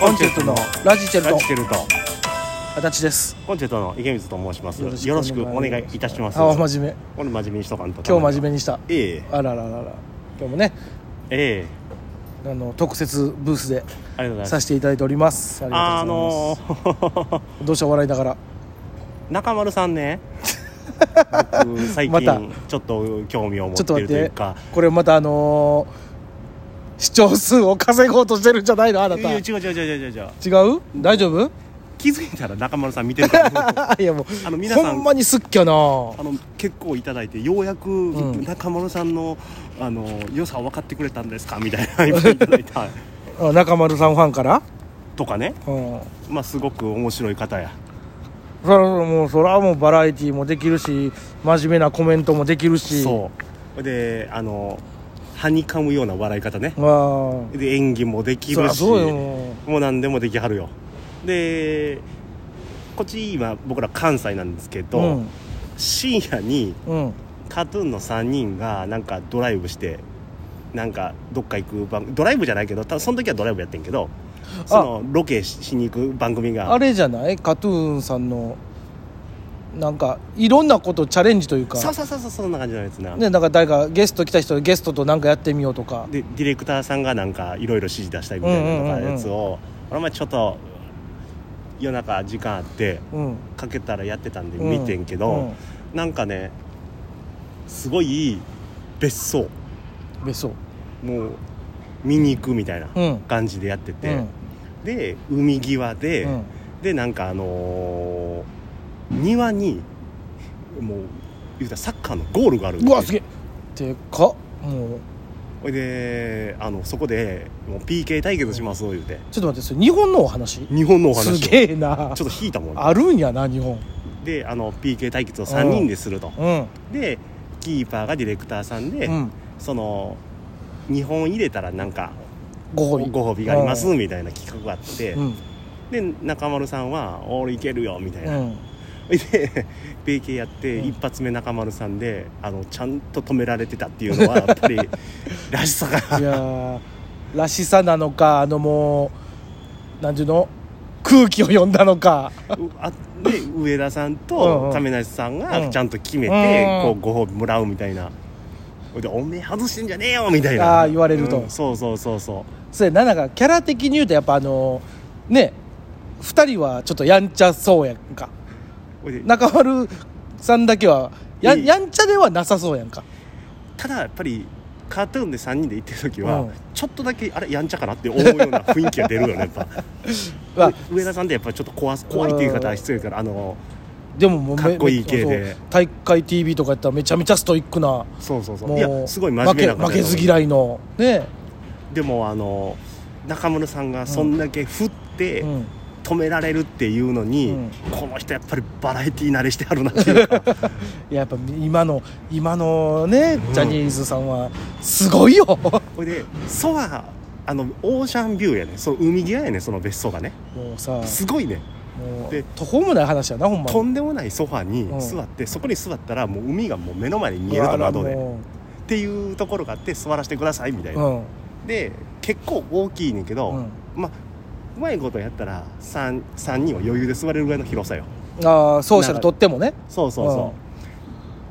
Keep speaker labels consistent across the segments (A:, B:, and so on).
A: コンチェルトのラジチェル
B: ラ
A: ト
B: ジチェルト
A: 足立です
B: コンチェルトの池水と申しますよ
A: よろ
B: ろ
A: し
B: し
A: く
B: くお願いいたします
A: あ真面
B: 俺真面目にしとかんと
A: 目今日真面目にした
B: ええ
A: あらららら今日もね
B: ええ
A: あの特設ブース
B: あ
A: で
B: りがとうございま
A: さ
B: す
A: せていただいておりますあり
B: あ
A: がとうございま
B: の
A: す、
B: ー
A: どうした笑いながら
B: 中丸さん ね僕最
A: また
B: 近ちょっと興味を持
A: ちょ
B: っ
A: っと
B: て
A: 待
B: る
A: っ
B: という
A: て
B: か
A: これまたあのー視聴数を稼ごうとしてるんじゃないのあないた
B: や違
A: 違
B: う
A: う
B: 違う違う違う違う
A: 大 丈夫
B: 気づいたら中丸さん見てるから
A: いやもう
B: あの皆さん
A: ほんまにすっきゃな
B: あの結構いただいてようやく、
A: うん
B: 中丸さんのあの良さを分かってくれたんですかみたい ないっぱいいただいた
A: あ中丸さんファンから
B: とかね
A: うん
B: まあすごく面白い方や
A: そらもうそらもうバラエティーもできるし真面目なコメントもできるし
B: そうであのはにかむような笑い方ね
A: まあ
B: で演技もでき
A: そ
B: る
A: ら
B: し
A: そうよ
B: も
A: も
B: う何でもできはるよでこっち今僕ら関西なんですけ
A: う
B: ど、
A: うん
B: 深夜に
A: うん
B: カートゥーンの3人がなんかドライブしてなんかどっか行く番組ドライブじゃないけどたその時はドライブやってんけどそのロケししに行く番組が
A: あれじゃないカトゥーンさんのなんかいろんなことチャレンジというか
B: そうそうそうそうそんな感じのやつな、
A: ねなんか誰かゲスト来た人でゲストとなんかやってみようとか
B: でディレクターさんがなんかいろいろ指示出したりみたいなの
A: うんうん
B: と
A: うんう
B: か
A: ん
B: やつをこの前ちょっと夜中時間あって
A: うん
B: かけたらやってたんで
A: うん
B: 見てんけど、なんかねすごいいい別荘
A: うん別荘
B: もう見に行くみたいな
A: うん
B: 感じでやって
A: う
B: て、
A: ん
B: で海際で、
A: うん
B: でなんかあのー庭にもう言うたらサッカーのゴールがあるんで
A: うわすげえでかっもう
B: ほいであのそこでもう PK 対決します言うて
A: ちょっと待ってそれ日本のお話
B: 日本のお話を
A: す
B: ちょっ
A: げえな
B: と引いたもんね
A: あるんやな日本
B: であの PK 対決を3人ですると
A: うん
B: でキーパーがディレクターさんで、
A: うん
B: その2本入れたらなんか
A: ご褒美
B: ご褒美があります
A: うん
B: みたいな企画があって、
A: うん
B: で中丸さんは「俺いけるよ」みたいうな、
A: ん
B: で PK やって
A: うん
B: 一発目中丸さんであのちゃんと止められてたっていうのはやっぱ りらしさが
A: いやーらしさなのかあのもうなんていうの空気を読んだのか
B: うあで上田さん
A: うんう
B: と
A: ん
B: 亀梨さん
A: う
B: が
A: ん
B: ちゃんと決めて、
A: うん
B: こうご褒美もらうみたいな。でおめえ外してんじゃねえよみたい
A: あ
B: な
A: ー言われると
B: うんそうそうそうそう
A: それななんかキャラ的に言うとやっぱあのね二人はちょっとやんちゃそうやんか
B: ほいで
A: 中丸さんだけはや
B: いい
A: やんちゃではなさそうやんか
B: ただやっぱりカートゥーンで3人で行ってる時は、
A: うん
B: ちょっとだけあれやんちゃかなって思うような雰囲気が出るよねやっ ぱ
A: わ
B: 上田さんってやっぱちょっと怖す怖いっていう言い方は失礼だからあの
A: でももうめ
B: かっこいい系で
A: そう大会 TV とかやったらめちゃめちゃストイックな
B: そうそうそうい
A: も
B: や
A: う
B: すごい真面目な
A: 負け負けず
B: い
A: 嫌いのね
B: でもあの中村さんがそんだけ振って
A: うん
B: 止められるっていうのに、
A: うん
B: この人やっぱりバラエティー慣れしてはるなっていう か
A: いややっぱ今の今のね
B: うん
A: ジャニーズさんはすごいよ
B: ほいでソはあのオーシャンビューやねその海際やねその別荘がね
A: もうさも
B: すごいね
A: う
B: で
A: 途方もない話やなほんま
B: とんでもないソファに
A: うん
B: 座って、そこに座ったらもう海がもう目の前に見えると窓でっ
A: も
B: ていうところがあって座らせてくださいみたいうな、
A: うん
B: で結構大きいねんけど、
A: うん
B: まあうまいことやったら 3, 3人は余裕で座れるぐらいの広さよ
A: ああソーシャルとってもね
B: そうそうそ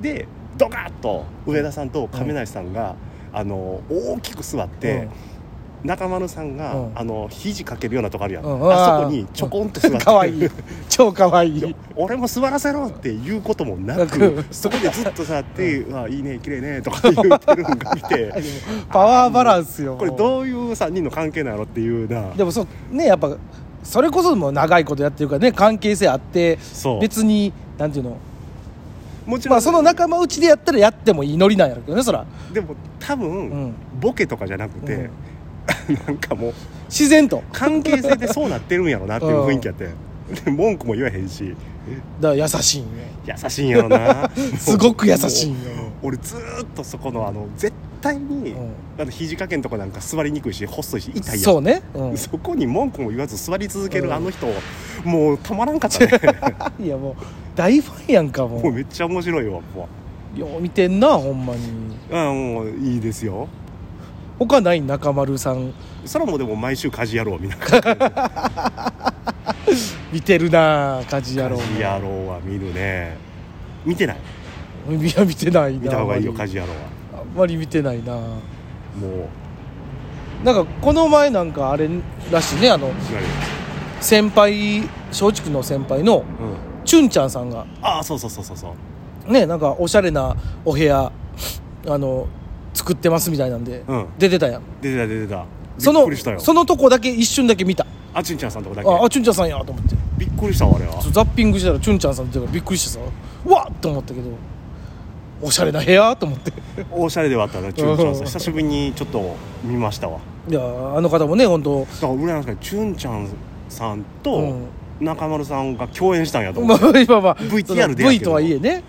B: う、でドカッと上田さんと亀梨さんが、あの大きく座って、中丸さんが、
A: うん
B: あの肘かけるようなとこあるやん、
A: うん
B: あそこにちょこんと座って、
A: かわい い超かわい
B: いや
A: い
B: 俺も座らせろっていうこともなく
A: なく
B: そこでずっとさって「うわいいね綺麗ね」とか言ってるのが見て
A: パワーバランスよ
B: これどういう3人の関係なのっていうな
A: でもそうねやっぱそれこそもう長いことやってるからね関係性あって
B: そう
A: 別になんていうの
B: もちろん、
A: まあその仲間内でやったらやっても祈りなんやろうけどねそら、
B: でも多分、
A: うん
B: ボケとかじゃなくて、
A: うん
B: なんかもう
A: 自然と
B: 関係性でそうなってるんやろなっていう雰囲気やって、で文句も言わへんし
A: だから優しいんよ
B: 優しいんやろな
A: すごく優しい
B: も
A: んよ
B: う俺ずーっとそこのあの絶対に、
A: うん
B: あの肘掛けんとこなんか座りにくいし細いし痛いやん
A: そうね、うん
B: そこに文句も言わず座り続け
A: うん
B: るあの人、もうたまらんかったね
A: いやもう大ファンやんかも
B: もう
A: う
B: めっちゃ面白いわも
A: よう見てんなほんまに
B: う、うん、もういいですよ
A: 他ない中丸さん
B: それはもうでも毎週家事やろうみんな
A: 見てるなあ家事野郎
B: 家事やろうは見るね見てない
A: いや見てないな
B: 見た方がいいよ
A: あんま
B: 家
A: り
B: 事やろうは
A: あんまり見てないな
B: もう
A: なんかこの前なんかあれらしいねあの先輩松竹の先輩の
B: 何うん
A: チュンちゃんさんが
B: ああそうそうそうそうそう
A: ねなんかおしゃれなお部屋あの作ってますみたいなんで、
B: うん
A: 出てたやん
B: 出てた出てた
A: そ
B: びっ
A: の
B: くりしたよ
A: そのとこだけ一瞬だけ見た
B: あちんちゃんさんとこだけ
A: ああチュンちゃんさんやと思って
B: びっくりしたわあれは
A: ザッピングしたらチュンちゃんさんっていうからびっくりしてさうわっと思ったけどおしゃれな部屋と思って
B: おしゃれではあったなチュンちゃんさ
A: うんん
B: 久しぶりにちょっと見ましたわ
A: いやーあの方もね本当
B: だから俺らなんかチュンちゃんさんと
A: うん
B: 中丸さんが共演したんやと思
A: ま
B: う、
A: あ今まあ
B: VTR で
A: その
B: やけど
A: V とはいえね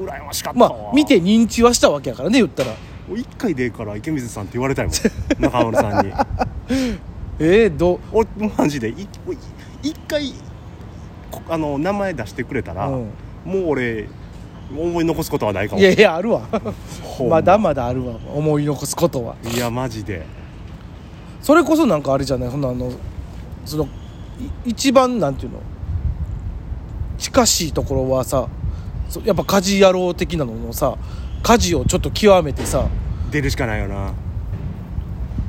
B: 羨ましかった
A: ま
B: わ、
A: あ見て認知はしたわけやからね言ったら
B: 一回でええから池水さんって言われたいもん 中丸さんに
A: えー、ど
B: 俺マジでいおい一回こあの名前出してくれたら、
A: うん
B: もう俺思い残すことはないかも
A: いやいやあるわ
B: ほん
A: まだまだあるわ思い残すことはい
B: やマジで
A: それこそなんかあれじゃないほんなあのそのい一番なんていうの近しいところはさそやっぱ家事野郎的なののさ家事をちょっと極めてさ
B: 出るしかないよな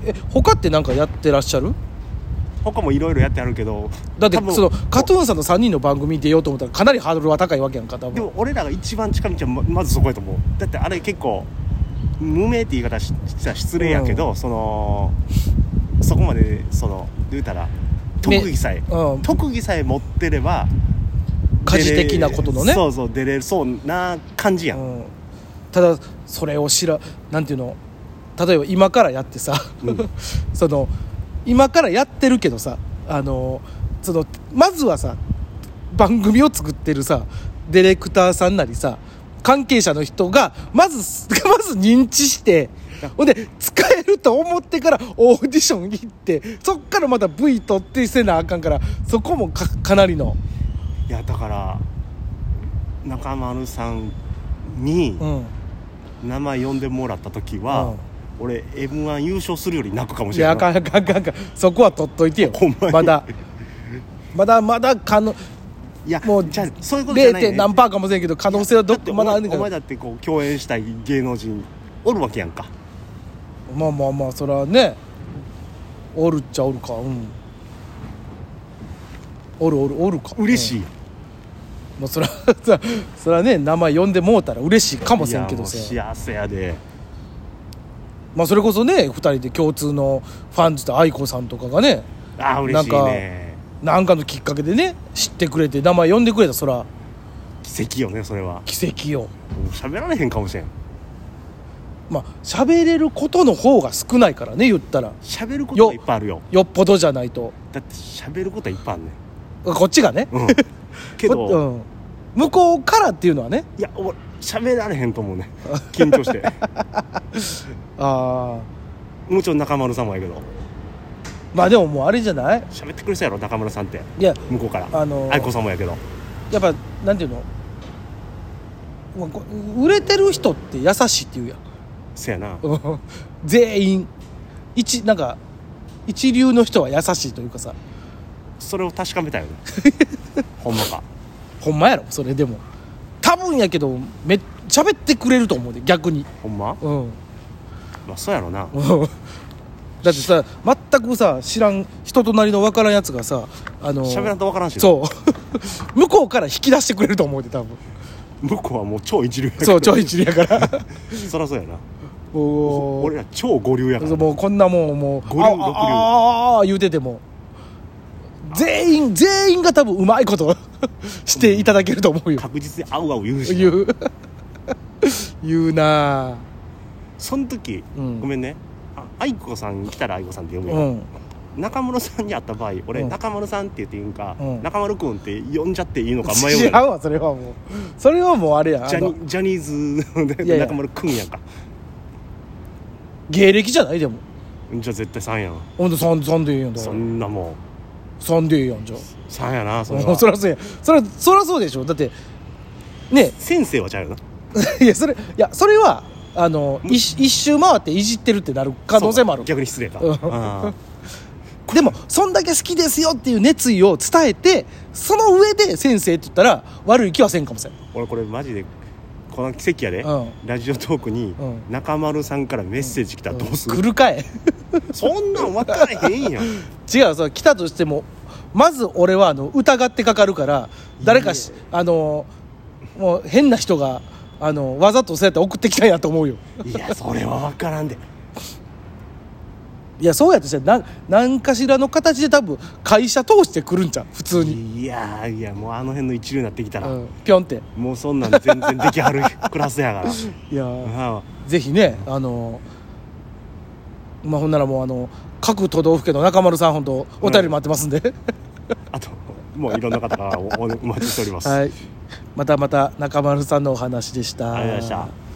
A: え他ってなんかやってらっしゃる
B: 他もいろいろやってあるけど
A: だって
B: 多分
A: そのカトゥーンさんの3人の番組に出ようと思ったらかなりハードルは高いわけやんか多
B: で
A: 分
B: も俺らが一番近道はままずそこやと思うだってあれ結構無名って言い方ししたら失礼やけど、そのそこまでその言うたら特技さえ、
A: うん
B: 特技さえ持ってれば
A: 家事的なことの
B: 出
A: ね
B: れそうそう出れそうな感じやん、
A: うん、ただそれを知らなんていうの例えば今からやってさ、
B: うん
A: その今からやってるけどさあのそのまずはさ番組を作ってるさディレクターさんなりさ関係者の人がまず まず認知してほんで使えると思ってからオーディション行ってそっからまた V 取ってせなあかんからそこもかかなりの、
B: いやだから中丸さんに
A: うん、
B: 名前呼んでもらった時は、俺 m 1優勝するより泣くかも
A: い
B: しれ
A: や
B: な
A: あ
B: い
A: かんあかんあかんあかんそこは取っといてよ
B: ほんまに
A: まだまだまだ可能
B: いや
A: もう
B: じゃあそういうことじゃ
A: 0.
B: ない、ね、
A: 点何パーかもしれんけど可能性はど
B: だって
A: まだあ
B: お
A: る
B: 前
A: ねん
B: お前
A: から
B: だってこう共演したい芸能人おるわけやんか
A: まあまあまあそれはねおるっちゃおるかうんおるおるおるか
B: 嬉しい
A: い、
B: や
A: まあ、そらそらそらね名前呼んでもうたら嬉しいか
B: ん
A: もしれん
B: い
A: け
B: やも
A: ど
B: う
A: さ
B: 幸せやで
A: まあそれこそね2人で共通のファンズと愛子さんとかがね
B: あー嬉しいね
A: なんかのきっかけでね知ってくれて名前呼んでくれたそら
B: 奇跡よねそれはも
A: 奇跡よ
B: う喋られへんかもしれん
A: まあ喋れることの方が少ないからね言ったら
B: 喋ることはいっぱいあるよ
A: よっぽどじゃないと
B: だって喋ることはいっぱいあるね
A: こっちがね
B: んうん けど、
A: こうん向こうからっていうのはね
B: いや俺喋られへんと思うね緊張して
A: ああ
B: もちろん中丸さんもやけど
A: まあでももうあれじゃない
B: 喋ってくれそうやろ中村さんって
A: いや
B: 向こうから、
A: あのー
B: 愛子さんもやけど
A: やっぱなんていうのまあこ売れてる人って優しいって言うやん
B: せやな
A: うん 全員一なんか一流の人は優しいというかさ
B: それを確かめ たよねほんまか
A: ほんまやろそれでも多分やけどめっ喋ってくれると思うで逆に
B: ほんま
A: うん
B: まあそうやろな
A: うん だってさ全くさ知らん人となりの分からんやつがさあの
B: 喋らんとわからんし
A: そう向こうから 引き出してくれると思うで 多分
B: 向こうはもう超一流やから
A: そうちょい一流やから
B: そりゃそうやな
A: もう
B: 俺ら超五流やから
A: もうこんなもんもう
B: 五流
A: あ
B: 六流
A: あああ言うてても全員全員が多分うまいこと していただけると思うよ
B: 確実に合う合う言うし
A: 言う 言うなあ
B: その時、
A: うん
B: ごめんねあ愛子さん来たら愛子さんって呼ぶ
A: う
B: よ、
A: ん
B: 中村さんに会った場合俺、
A: うん
B: 中丸さんって言っていいんか、
A: うん
B: 中丸くんって呼んじゃっていいのか迷う
A: 違
B: や
A: うんわそれはもうそれはもうあれや
B: ジャ
A: あの
B: ニジャニーズ
A: いや
B: の
A: いや
B: 中丸くんやんか
A: 芸歴じゃないでも
B: じゃあ絶対3やん
A: ほんとそんそんでいいやんだ
B: そんなもん
A: そんでいいやんじゃあ
B: 3やなそれ
A: もう
B: は
A: そりゃそうやそりゃそりゃそうでしょだってね
B: 先生はちゃうよな
A: えいやそれいやそれはあの一一周回っていじってるってなる可能性もある
B: そうか逆に失礼か、
A: うん
B: あ
A: でもそんだけ好きですよっていう熱意を伝えてその上で先生って言ったら悪い気はせんかもしれん
B: ー俺これマジでこの奇跡やで、
A: うん
B: ラジオトークに
A: うん
B: 中丸さんからメッセージ来たらどうする、
A: 来るかい
B: そんなん分からへんやん
A: 違うそう来たとしてもまず俺はあの疑ってかかるから誰かし
B: いい
A: あのもう変な人があのわざとそうやって送ってきたんやと思うよ
B: いやそれは分からんで
A: いやそうやとしたら何かしらの形で多分会社通して来るんじゃん普通に、
B: いやーいやもうあの辺の一流になってきた
A: う
B: ら、
A: ん、ピョンって
B: もうそんなん全然できはる クラスやから
A: いや
B: うん
A: ぜひねあのまあほんならもうあの各都道府県の中丸さん本当お便り待ってますんで、
B: あともういろんな方 からおおお待ちしております、
A: はいまたまた中丸さんのお話でした
B: ありがとうございました